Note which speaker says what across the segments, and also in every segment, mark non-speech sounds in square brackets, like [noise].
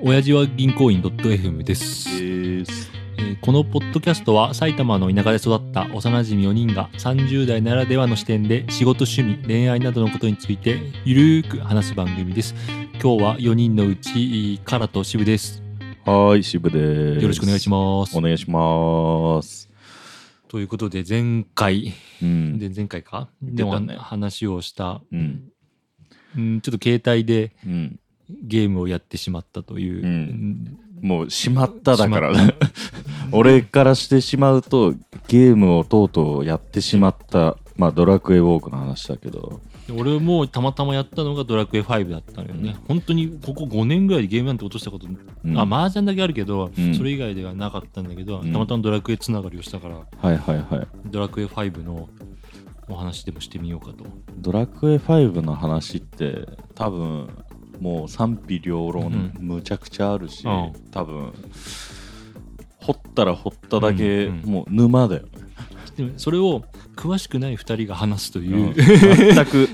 Speaker 1: 親父は銀行員 .fm です、
Speaker 2: です。
Speaker 1: えーこのポッドキャストは埼玉の田舎で育った幼馴染4人が30代ならではの視点で仕事、趣味、恋愛などのことについてゆるーく話す番組です。今日は4人のうち、カラと渋です。
Speaker 2: はーい、渋です。
Speaker 1: よろしくお願いします
Speaker 2: お。願いします。
Speaker 1: ということで、前回、
Speaker 2: うん。
Speaker 1: で前回か、
Speaker 2: 言っ
Speaker 1: で
Speaker 2: て
Speaker 1: も
Speaker 2: たね
Speaker 1: 話をした、
Speaker 2: うん。
Speaker 1: うん、ちょっと携帯で
Speaker 2: うん。
Speaker 1: ゲームをやってしまったという、う
Speaker 2: う
Speaker 1: ん
Speaker 2: もう、しまっただから。 [laughs] 俺からしてしまうと、ゲームをとうとうやってしまった。まあ、ドラクエウォークの話だけど。
Speaker 1: 俺もたまたまやったのがドラクエ5だったのよね、
Speaker 2: うん
Speaker 1: 本当にここ5年ぐらいでゲームなんて落としたこと、
Speaker 2: うん
Speaker 1: あ麻雀だけあるけど、
Speaker 2: うん
Speaker 1: それ以外ではなかったんだけど、
Speaker 2: うん
Speaker 1: たまたまドラクエつながりをしたから
Speaker 2: はいはいはい。
Speaker 1: ドラクエ5のお話でもしてみようかと
Speaker 2: ドラクエ5の話って、多分、もう賛否両論、むちゃくちゃあるし、
Speaker 1: うん
Speaker 2: 多分、掘ったら掘っただけ、
Speaker 1: うんうん
Speaker 2: もう沼だよね。
Speaker 1: でもそれを詳しくない2人が話すという、
Speaker 2: [laughs] 全く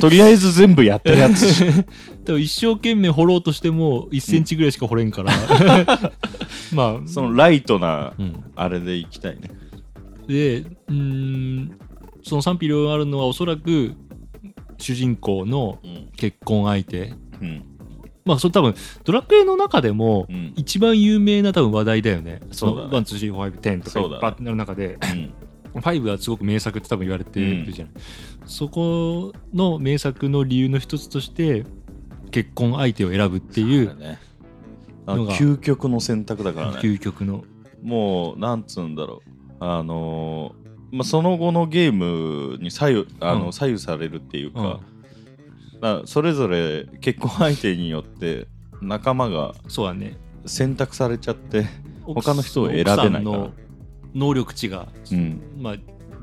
Speaker 2: とりあえず全部やったやつ
Speaker 1: [laughs] 多分一生懸命掘ろうとしても1センチぐらいしか掘れんから、 [laughs] まあ
Speaker 2: [laughs] [laughs] そのライトな
Speaker 1: うん、
Speaker 2: あれでいきたいね
Speaker 1: でうーんその賛否両論あるのはおそらく主人公の
Speaker 2: うん
Speaker 1: 結婚相手
Speaker 2: うん
Speaker 1: まあそれ多分ドラクエの中でも
Speaker 2: うん
Speaker 1: 一番有名な多分話題だよね。そ
Speaker 2: そうだ
Speaker 1: の
Speaker 2: ね
Speaker 1: ワンツースリーファイブテンとか
Speaker 2: そうだね
Speaker 1: バッてなる中で、ファイブはすごく名作って多分言われてるじゃん。そこの名作の理由の一つとして結婚相手を選ぶってい
Speaker 2: そう
Speaker 1: う
Speaker 2: だねあ
Speaker 1: のが
Speaker 2: 究極の選択だからね
Speaker 1: 究極の。
Speaker 2: もうなんつうんだろうあのーまあ、その後のゲームに左右あの、
Speaker 1: うん
Speaker 2: 左右されるっていう
Speaker 1: うん
Speaker 2: か,、かそれぞれ結婚相手によって仲間が
Speaker 1: そうだね。
Speaker 2: 選択されちゃって、
Speaker 1: 奥
Speaker 2: 他の人を選べないから
Speaker 1: 奥さんの能力値が、
Speaker 2: うん
Speaker 1: まあ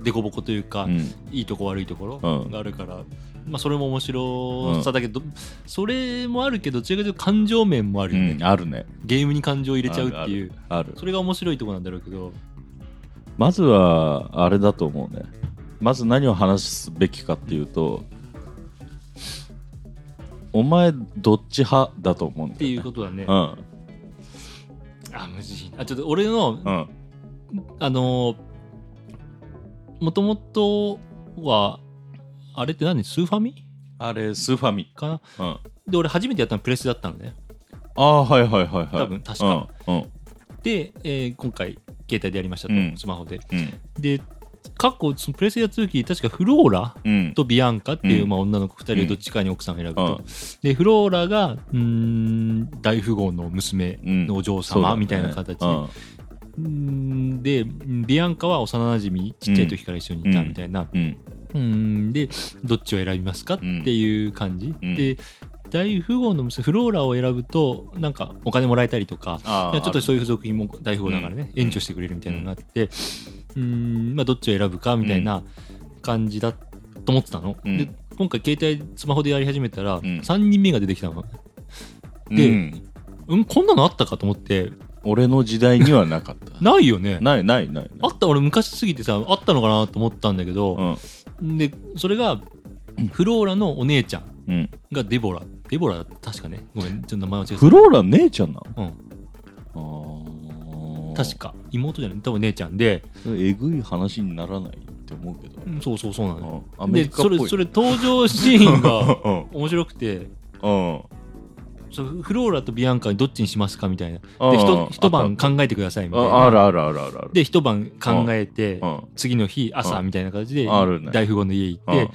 Speaker 1: 凸凹というか、
Speaker 2: うん、
Speaker 1: いいとこ悪いところ
Speaker 2: うん
Speaker 1: があるから、まあそれも面白さだけど、それもあるけどどちらかというと感情面もある
Speaker 2: う
Speaker 1: よね、
Speaker 2: ん、あるね
Speaker 1: ゲームに感情を入れちゃうっていう
Speaker 2: ある
Speaker 1: それが面白いとこなんだろうけど
Speaker 2: まずはあれだと思うねまず何を話すべきかっていうとお前どっち派だと思うんだよね
Speaker 1: っていうことだね、
Speaker 2: う
Speaker 1: あ
Speaker 2: ん
Speaker 1: 無事あちょっと俺の、
Speaker 2: うん
Speaker 1: あのもともとはあれって何スーファミ
Speaker 2: あれスーファミ、
Speaker 1: かな
Speaker 2: うん、あ
Speaker 1: で俺初めてやったのプレスだったのね
Speaker 2: あはいはいはいはい
Speaker 1: 多分確か
Speaker 2: うんうん
Speaker 1: で、えー今回携帯でやりましたと、
Speaker 2: うん
Speaker 1: スマホで
Speaker 2: うん
Speaker 1: で過去そのプレスやってた時確かフローラ
Speaker 2: うん
Speaker 1: とビアンカっていう、
Speaker 2: うん
Speaker 1: まあ、女の子2人をどっちかに奥さんを選ぶと、でフローラがうーん大富豪の娘のお嬢
Speaker 2: そうだ
Speaker 1: 様
Speaker 2: ね
Speaker 1: みたいな形で,
Speaker 2: う
Speaker 1: うんーん、でビアンカは幼馴染ちっちゃい時から一緒にいたみたいな、
Speaker 2: うん
Speaker 1: うーん、でどっちを選びますかっていう感じ、
Speaker 2: うん
Speaker 1: で大富豪の娘フローラを選ぶとなんかお金もらえたりとか
Speaker 2: あ
Speaker 1: いや
Speaker 2: あ
Speaker 1: ちょっとそういう付属品も大富豪だからね、
Speaker 2: うん
Speaker 1: 援助してくれるみたいなのがあって、うーん、まあ、どっちを選ぶかみたいな感じだと思ってたの。
Speaker 2: うん
Speaker 1: で、今回、携帯、スマホでやり始めたら、
Speaker 2: ん
Speaker 1: 3人目が出てきたの。
Speaker 2: うん
Speaker 1: で
Speaker 2: うん
Speaker 1: うん、こんなのあったかと思って、
Speaker 2: 俺の時代にはなかった
Speaker 1: ないよね。
Speaker 2: ないないない
Speaker 1: あった、俺、昔すぎてさ、あったのかなと思ったんだけ
Speaker 2: う
Speaker 1: ど、
Speaker 2: ん
Speaker 1: で、それが、フローラのお姉ちゃん
Speaker 2: うん
Speaker 1: がデボラ。デボラ、確かね。ごめん、ちょっと名前間違えた。
Speaker 2: フローラ姉ちゃんな
Speaker 1: うん、
Speaker 2: のあ
Speaker 1: 確
Speaker 2: か
Speaker 1: か。妹じゃない、多分姉ちゃんで、
Speaker 2: えぐい話にならないって思うけど
Speaker 1: そうそうそうなのよ。
Speaker 2: アメリ
Speaker 1: で、
Speaker 2: カっ
Speaker 1: そ
Speaker 2: ぽい
Speaker 1: れ、それ、登場シーンが、
Speaker 2: う
Speaker 1: 面白くて
Speaker 2: んうん
Speaker 1: そうフローラとビアンカにどっちにしますかみたいな
Speaker 2: うん
Speaker 1: でひと一
Speaker 2: あっ
Speaker 1: 晩考えてくださいみ
Speaker 2: た
Speaker 1: たい
Speaker 2: ああ
Speaker 1: な
Speaker 2: るあるあるあるある
Speaker 1: で一晩考えて
Speaker 2: うん
Speaker 1: 次の日朝
Speaker 2: うん
Speaker 1: みたいな感じで
Speaker 2: あるね
Speaker 1: 大富豪の家行
Speaker 2: うん
Speaker 1: って、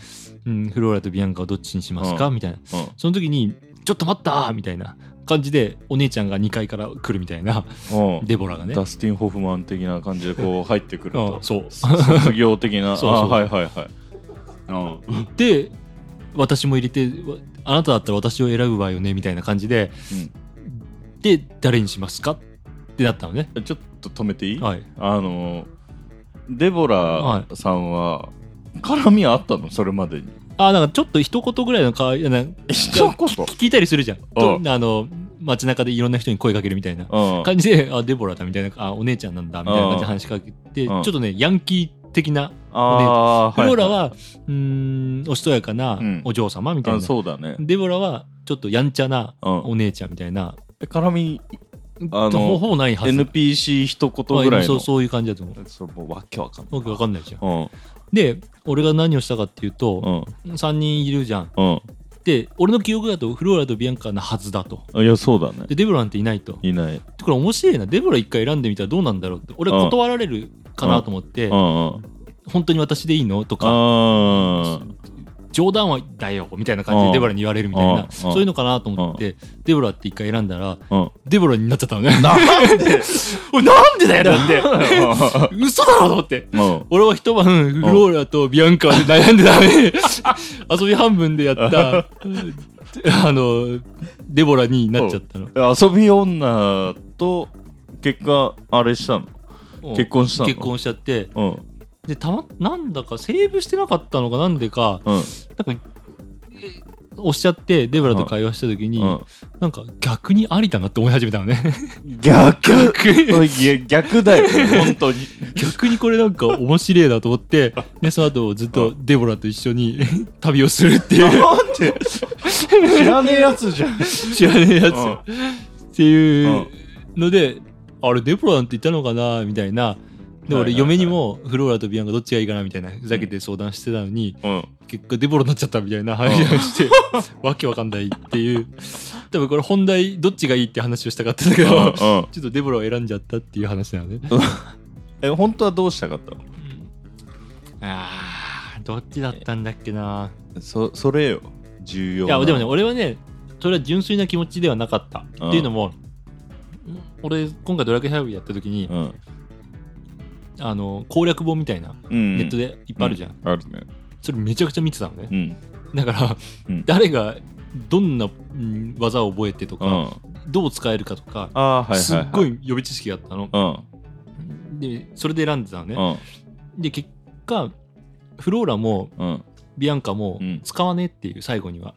Speaker 1: うん、フローラとビアンカをどっちにしますかみたいな
Speaker 2: うん
Speaker 1: その時に「ちょっと待った!」みたいな感じでお姉ちゃんが2階から来るみたいな
Speaker 2: うん
Speaker 1: デボラがね
Speaker 2: ダスティン・ホフマン的な感じでこう入ってくる
Speaker 1: うん
Speaker 2: と
Speaker 1: そう
Speaker 2: 卒業的なあ
Speaker 1: そうそう
Speaker 2: はいはいはいうん
Speaker 1: で私も入れてわあなただったら私を選ぶわよねみたいな感じでで誰にしますかってなったのね
Speaker 2: うんちょっと止めていい
Speaker 1: はい
Speaker 2: あのデボラさんは絡みあったのそれまでに
Speaker 1: あなんかちょっと一言ぐらいのかわいいな
Speaker 2: 一言
Speaker 1: 聞いたりするじゃん。と
Speaker 2: うん
Speaker 1: あの街中でいろんな人に声かけるみたいな
Speaker 2: うん
Speaker 1: 感じで、あ、デボラだみたいな、あ、お姉ちゃんなんだみたいな感じで話しかけて、ち
Speaker 2: う
Speaker 1: ょ
Speaker 2: ん
Speaker 1: っとね、ヤンキー的な、
Speaker 2: あー
Speaker 1: フローラ
Speaker 2: いい
Speaker 1: は、うーん、おしとやかな
Speaker 2: うん
Speaker 1: お嬢様みたい
Speaker 2: あ
Speaker 1: な、
Speaker 2: そうだね
Speaker 1: デボラはちょっとやんちゃな
Speaker 2: うん
Speaker 1: お姉ちゃんみたいな
Speaker 2: え絡みあの
Speaker 1: ほほぼないはず。
Speaker 2: NPC 一言ぐらいの
Speaker 1: そうそういう感じだと思う。
Speaker 2: そうもうわけわかんない
Speaker 1: わけわかんないじゃん。
Speaker 2: うん
Speaker 1: で、俺が何をしたかっていう
Speaker 2: う
Speaker 1: と、
Speaker 2: ん
Speaker 1: 3人いるじゃん。
Speaker 2: うん
Speaker 1: で、俺の記憶だとフローラとビアンカなはずだと。
Speaker 2: あいやそうだね
Speaker 1: で、デブラなんていないと。
Speaker 2: いない
Speaker 1: これ面白いな。デブラ一回選んでみたらどうなんだろうって。俺は断られるかなと思って
Speaker 2: う、んうん
Speaker 1: 本当に私でいいのとか、
Speaker 2: あ
Speaker 1: 冗談はだよみたいな感じ
Speaker 2: う
Speaker 1: で
Speaker 2: ん
Speaker 1: デブラに言われるみたい
Speaker 2: うん
Speaker 1: な、そういうのかなと思って、デブラって一回選んだら、
Speaker 2: あうん
Speaker 1: デブラになっちゃったの [laughs] ね。なんで俺なんでだよ
Speaker 2: [laughs]
Speaker 1: だって。嘘だろと思って。
Speaker 2: うん
Speaker 1: 俺は一晩、フローラとビアンカで悩んでたね。遊び半分でやった、あの、デボラになっちゃったの。
Speaker 2: 遊び女と結果あれしたの結婚したの
Speaker 1: 結婚しちゃって。
Speaker 2: うん
Speaker 1: で、たま、なんだか、セーブしてなかったのかなんでか、
Speaker 2: うん
Speaker 1: なんか、え押しちゃって、デボラと会話した時に、
Speaker 2: うん
Speaker 1: なんか逆にありだなって思い始めたのね。
Speaker 2: 逆いや逆だよ本当に
Speaker 1: [laughs] 逆にこれなんか面白いなと思 [laughs] って、で、その後ずっとデボラと一緒に [laughs] 旅をするっていう、
Speaker 2: なんで知らねえやつじゃん
Speaker 1: 知らねえやつ。
Speaker 2: うん
Speaker 1: っていうので、あれデプロなんて言ったのかなみたいなで
Speaker 2: はいはい
Speaker 1: 俺
Speaker 2: はい
Speaker 1: 嫁にもフローラとビアンがどっちがいいかなみたいなふざけて相談してたのに
Speaker 2: うん
Speaker 1: 結果デボロになっちゃったみたいな話をして [laughs] わけわかんないっていう多分これ本題どっちがいいって話をしたかったんだけ
Speaker 2: うんう
Speaker 1: どちょ
Speaker 2: ん
Speaker 1: っとデボロを選んじゃったっていう話なのね
Speaker 2: え本当はどうしたかったの
Speaker 1: あーどっちだったんだっけな
Speaker 2: そそれよ重要
Speaker 1: い
Speaker 2: な
Speaker 1: やでもね俺はねそれは純粋な気持ちではなかったっていうのも俺今回ドラクエ5やった時に
Speaker 2: うん
Speaker 1: あの攻略本みたいな
Speaker 2: うん
Speaker 1: ネットでいっぱいあるじゃん、
Speaker 2: あるね
Speaker 1: それめちゃくちゃ見てたのね
Speaker 2: う、ん
Speaker 1: だから、
Speaker 2: うん
Speaker 1: 誰がどんなうん技を覚えてと
Speaker 2: うん
Speaker 1: か、どう使えるかとか、
Speaker 2: ああはいはい
Speaker 1: すっ
Speaker 2: は
Speaker 1: ご
Speaker 2: い
Speaker 1: い予備知識があったの、
Speaker 2: うん
Speaker 1: でそれで選んでたのね、
Speaker 2: うん
Speaker 1: で結果フローラも
Speaker 2: うん
Speaker 1: ビアンカも
Speaker 2: うん
Speaker 1: 使わねえっていう最後には、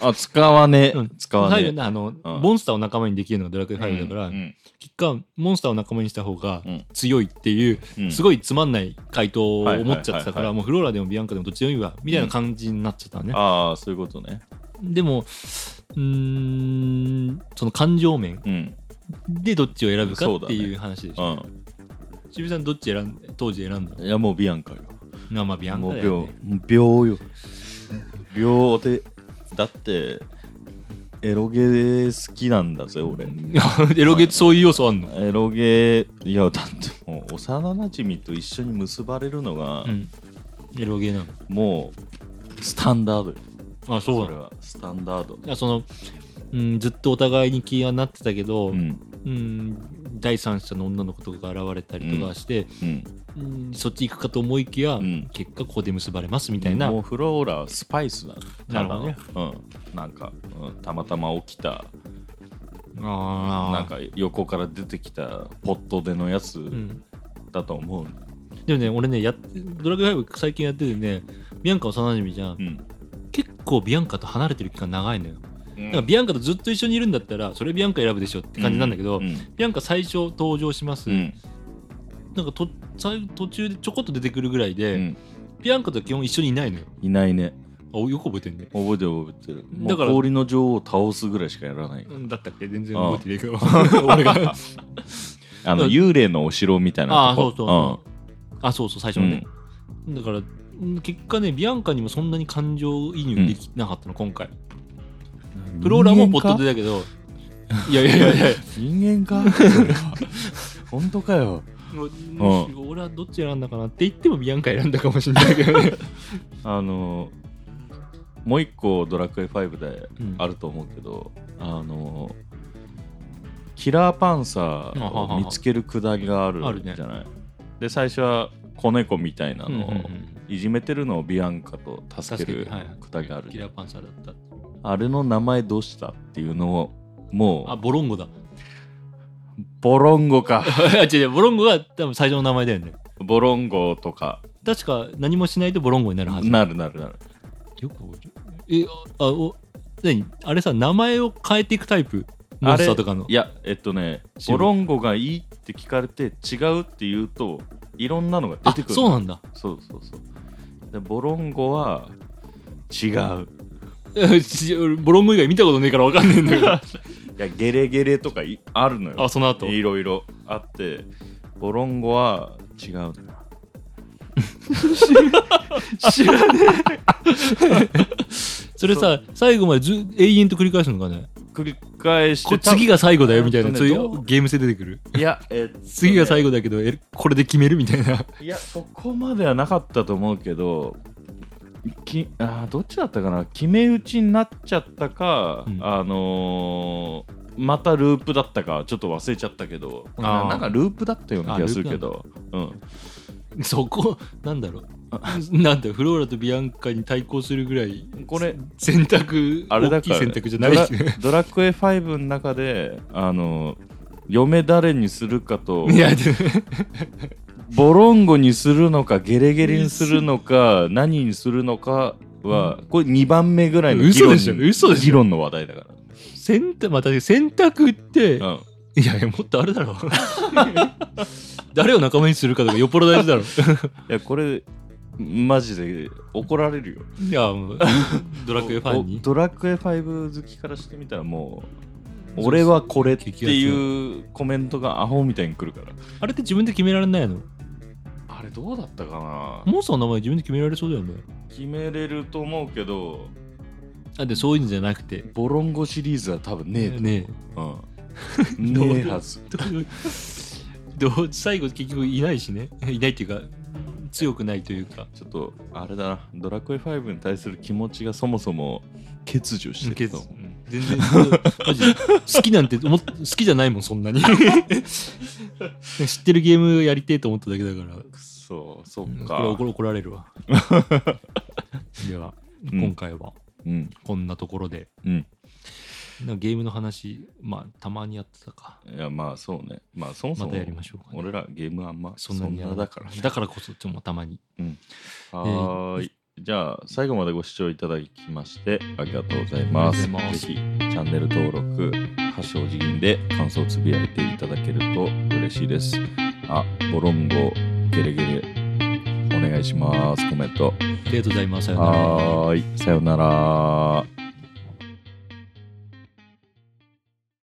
Speaker 2: あ使わねえ
Speaker 1: うん
Speaker 2: 使わ
Speaker 1: 最
Speaker 2: ね
Speaker 1: 後
Speaker 2: え
Speaker 1: にあの、
Speaker 2: うん
Speaker 1: モンスターを仲間にできるのがドラクエ5だから、
Speaker 2: うん
Speaker 1: 結果モンスターを仲間にした方が
Speaker 2: うん
Speaker 1: 強いっていう、
Speaker 2: うん
Speaker 1: す
Speaker 2: い
Speaker 1: ごいつまんない回答を持っちゃってたか
Speaker 2: はいはいはいは
Speaker 1: ら
Speaker 2: い
Speaker 1: もうフローラでもビアンカでもどっちでもいいわみたいな感じになっちゃったのね、
Speaker 2: ああそういうことね
Speaker 1: でも、うーん、その感情面
Speaker 2: うん
Speaker 1: でどっちを選ぶか
Speaker 2: そう
Speaker 1: っ
Speaker 2: だ
Speaker 1: て
Speaker 2: ね
Speaker 1: いう話でし
Speaker 2: う
Speaker 1: ょ。
Speaker 2: ん
Speaker 1: 渋井さん、どっち選ん当時選んだ
Speaker 2: いやもうビアンカよ
Speaker 1: のまあ、ビアン
Speaker 2: も
Speaker 1: カ
Speaker 2: う
Speaker 1: だ
Speaker 2: 秒
Speaker 1: よ、ね。
Speaker 2: もう秒よ秒でだってエロゲー好きなんだ
Speaker 1: [laughs]
Speaker 2: ぜ俺
Speaker 1: エロゲってそういう要素あんの、
Speaker 2: エロゲーいやだってもう幼なじみと一緒に結ばれるのが
Speaker 1: うん、エロゲな
Speaker 2: もうスタンダードよ
Speaker 1: の。あ、そう
Speaker 2: そ
Speaker 1: な
Speaker 2: れ
Speaker 1: の
Speaker 2: はスタンダード
Speaker 1: いやその、うん、ずっとお互いに気がなってたけど、
Speaker 2: う
Speaker 1: うん
Speaker 2: ん
Speaker 1: 第三者の女の子とかが現れたりとかして、
Speaker 2: うん
Speaker 1: うんそっち行くかと思いきや、
Speaker 2: うん
Speaker 1: 結果ここで結ばれますみたいな。
Speaker 2: もうフローラはスパイスだ
Speaker 1: なるほどね
Speaker 2: ただのうんなんか、うんたまたま起きた
Speaker 1: あー
Speaker 2: なんか横から出てきたポットでのやつ
Speaker 1: うん
Speaker 2: だと思う
Speaker 1: でもね、俺ね、やっドラクエ5最近やっててね、ビアンカ幼馴染じゃん。
Speaker 2: うん、
Speaker 1: 結構ビアンカと離れてる期間長いのよ。
Speaker 2: うん
Speaker 1: だからビアンカとずっと一緒にいるんだったら、それビアンカ選ぶでしょって感じなんだけど、
Speaker 2: うん
Speaker 1: ビアンカ最初登場します。
Speaker 2: うん
Speaker 1: なんかと最途中でちょこっと出てくるぐらいで、
Speaker 2: うん
Speaker 1: ビアンカと基本一緒にいないのよ。
Speaker 2: いないね
Speaker 1: あよく覚えてんね。
Speaker 2: 覚えてる覚えてるも
Speaker 1: だ
Speaker 2: う
Speaker 1: から
Speaker 2: 氷の女王を倒すぐらいしかやらない
Speaker 1: うんだったっけ全然
Speaker 2: ああ
Speaker 1: 覚えてないけど。 [laughs] 俺が。
Speaker 2: あの
Speaker 1: うん
Speaker 2: 幽霊のお城みたい
Speaker 1: あ
Speaker 2: な
Speaker 1: あ、
Speaker 2: と
Speaker 1: そう
Speaker 2: こ
Speaker 1: そうそう。あ、そうそう、最初のね。だから、うん結果ね、ビアンカにもそんなに感情移入できなかったの、今回。
Speaker 2: うん
Speaker 1: フローラもポットでだけど、いやいやいやいや、
Speaker 2: 人間か人間か本当かよ
Speaker 1: [laughs] もうむしろ俺はどっち選んだかなって言ってもビアンカ選んだかもしれないけど [laughs] ね。
Speaker 2: あのもう一個ドラクエ5で
Speaker 1: うん
Speaker 2: あると思うけど、あのキラーパンサーを見つけるくだりがある
Speaker 1: あはは
Speaker 2: じゃない、で最初は子猫みたいなのを、
Speaker 1: うんうんうん
Speaker 2: いじめてるのをビアンカと助け
Speaker 1: 助け
Speaker 2: る
Speaker 1: てはいはい
Speaker 2: くだりがある
Speaker 1: キ
Speaker 2: じゃん
Speaker 1: ラーパンサーだった。
Speaker 2: あれの名前どうしたっていうのを
Speaker 1: あ、
Speaker 2: も
Speaker 1: ボロンゴだ。
Speaker 2: うボロンゴか [laughs]
Speaker 1: 違う違う、ボロンゴが多分最初の名前だよね。
Speaker 2: ボロンゴとか
Speaker 1: 確か何もしないとボロンゴになるはず。
Speaker 2: なるなるなる
Speaker 1: よく覚えてる。え、あ、お、何あれさ、名前を変えていくタイプモンスターとかの
Speaker 2: い。やえっとね
Speaker 1: シ
Speaker 2: ボ
Speaker 1: ブ
Speaker 2: ロンゴがいいって聞かれて違うって言うといろんなのが
Speaker 1: あ
Speaker 2: 出てく、る
Speaker 1: そうなんだ。 [laughs]
Speaker 2: そうそうそうでボロンゴは違う
Speaker 1: え俺ボロンゴ以外見たことねえからわかんねえんだけど。
Speaker 2: いやゲレゲレとかい [laughs] あるのよ
Speaker 1: あその後
Speaker 2: いろいろあってボロンゴは違
Speaker 1: [laughs]
Speaker 2: うのよ
Speaker 3: 知らね
Speaker 1: それさ最後までず永遠と繰り返すのかね
Speaker 2: [laughs] 繰り返し
Speaker 1: こ
Speaker 2: て
Speaker 1: 次が最後だよみたいな、
Speaker 2: えっと
Speaker 1: そう
Speaker 2: ね
Speaker 1: いうゲーム性出てくる
Speaker 2: いや、えっとね
Speaker 1: 次が最後だけどえこれで決めるみたい
Speaker 2: [laughs]
Speaker 1: ない
Speaker 2: やそこまではなかったと思うけどきあーどっちだったかな決め打ちになっちゃったか、
Speaker 1: うん
Speaker 2: あのーまたループだったかちょっと忘れちゃったけど
Speaker 1: あー
Speaker 2: ななんかループだったような気がするけどうん
Speaker 1: そこ [laughs] なんだろうなんだよフローラとビアンカに対抗するぐらい [laughs]
Speaker 2: これ
Speaker 1: 選択
Speaker 2: あれだ
Speaker 1: 大
Speaker 2: か
Speaker 1: きい
Speaker 2: ら
Speaker 1: 選択じゃ
Speaker 2: ド
Speaker 1: な
Speaker 2: ラ
Speaker 1: い
Speaker 2: ドラクエ5の中であの嫁誰にするか
Speaker 1: [laughs]
Speaker 2: と
Speaker 1: いやで
Speaker 2: ボロンゴにするのかゲレゲレにするのか何にするのかはこれ2番目ぐらいの議論
Speaker 1: 嘘でしょ嘘でしょ
Speaker 2: 議論の話題だか
Speaker 1: 選択また選択って、
Speaker 2: ら、うん、
Speaker 1: いやいやもっとあれだろ [laughs] 誰を仲間にするかとかよっぽど大事だろ [laughs]
Speaker 2: いやこれマジで怒られるよ
Speaker 1: いやもうドラクエファンに
Speaker 2: おドラクエ5好きからしてみたらもう俺はこれっていうコメントがアホみたいに来るから
Speaker 1: あれって自分で決められないの
Speaker 2: あれどうだったかな
Speaker 1: モンスターの名前自分で決められそうだよね
Speaker 2: 決めれると思うけど
Speaker 1: あでそういうんじゃなくて
Speaker 2: ボロンゴシリーズは多分ねえと
Speaker 1: ね
Speaker 2: 思う、
Speaker 1: ど
Speaker 2: う、
Speaker 1: うん
Speaker 2: ねえはず
Speaker 1: どう最後結局いないしね [laughs] いないっていうか強くないというか
Speaker 2: ちょっとあれだなドラクエ5に対する気持ちがそもそも欠如してると思う
Speaker 1: 全然マジで好きなんて思っ好きじゃないもんそんなに [laughs] 知ってるゲームやりてえと思っただけだから
Speaker 2: くそそ
Speaker 1: うん
Speaker 2: っ
Speaker 1: これ
Speaker 2: か
Speaker 1: 怒怒られるわ [laughs] では、
Speaker 2: うん
Speaker 1: 今回は
Speaker 2: うん
Speaker 1: こんなところで
Speaker 2: うん
Speaker 1: なんかゲームの話まあたまにやってたか
Speaker 2: いやまあそうねまあそもそ
Speaker 1: ま
Speaker 2: も
Speaker 1: たやりましょうかね、
Speaker 2: 俺らゲームあんまそ
Speaker 1: そ
Speaker 2: ん
Speaker 1: ん
Speaker 2: な
Speaker 1: なにやらない
Speaker 2: だからね
Speaker 1: だからこそちょっともうたまに
Speaker 2: はーい。じゃあ、最後までご視聴いただきまして、ありがとうござい
Speaker 1: あ
Speaker 2: ま
Speaker 1: り
Speaker 2: す。
Speaker 1: がとうございます
Speaker 2: ぜひ、チャンネル登録、ハッシュお辞儀で感想をつぶやいていただけると嬉しいです。あ、ボロンゴ、ゲレゲレ、お願いします。コメント。
Speaker 1: ありがとうございますさようなら
Speaker 2: はーい。さようなら。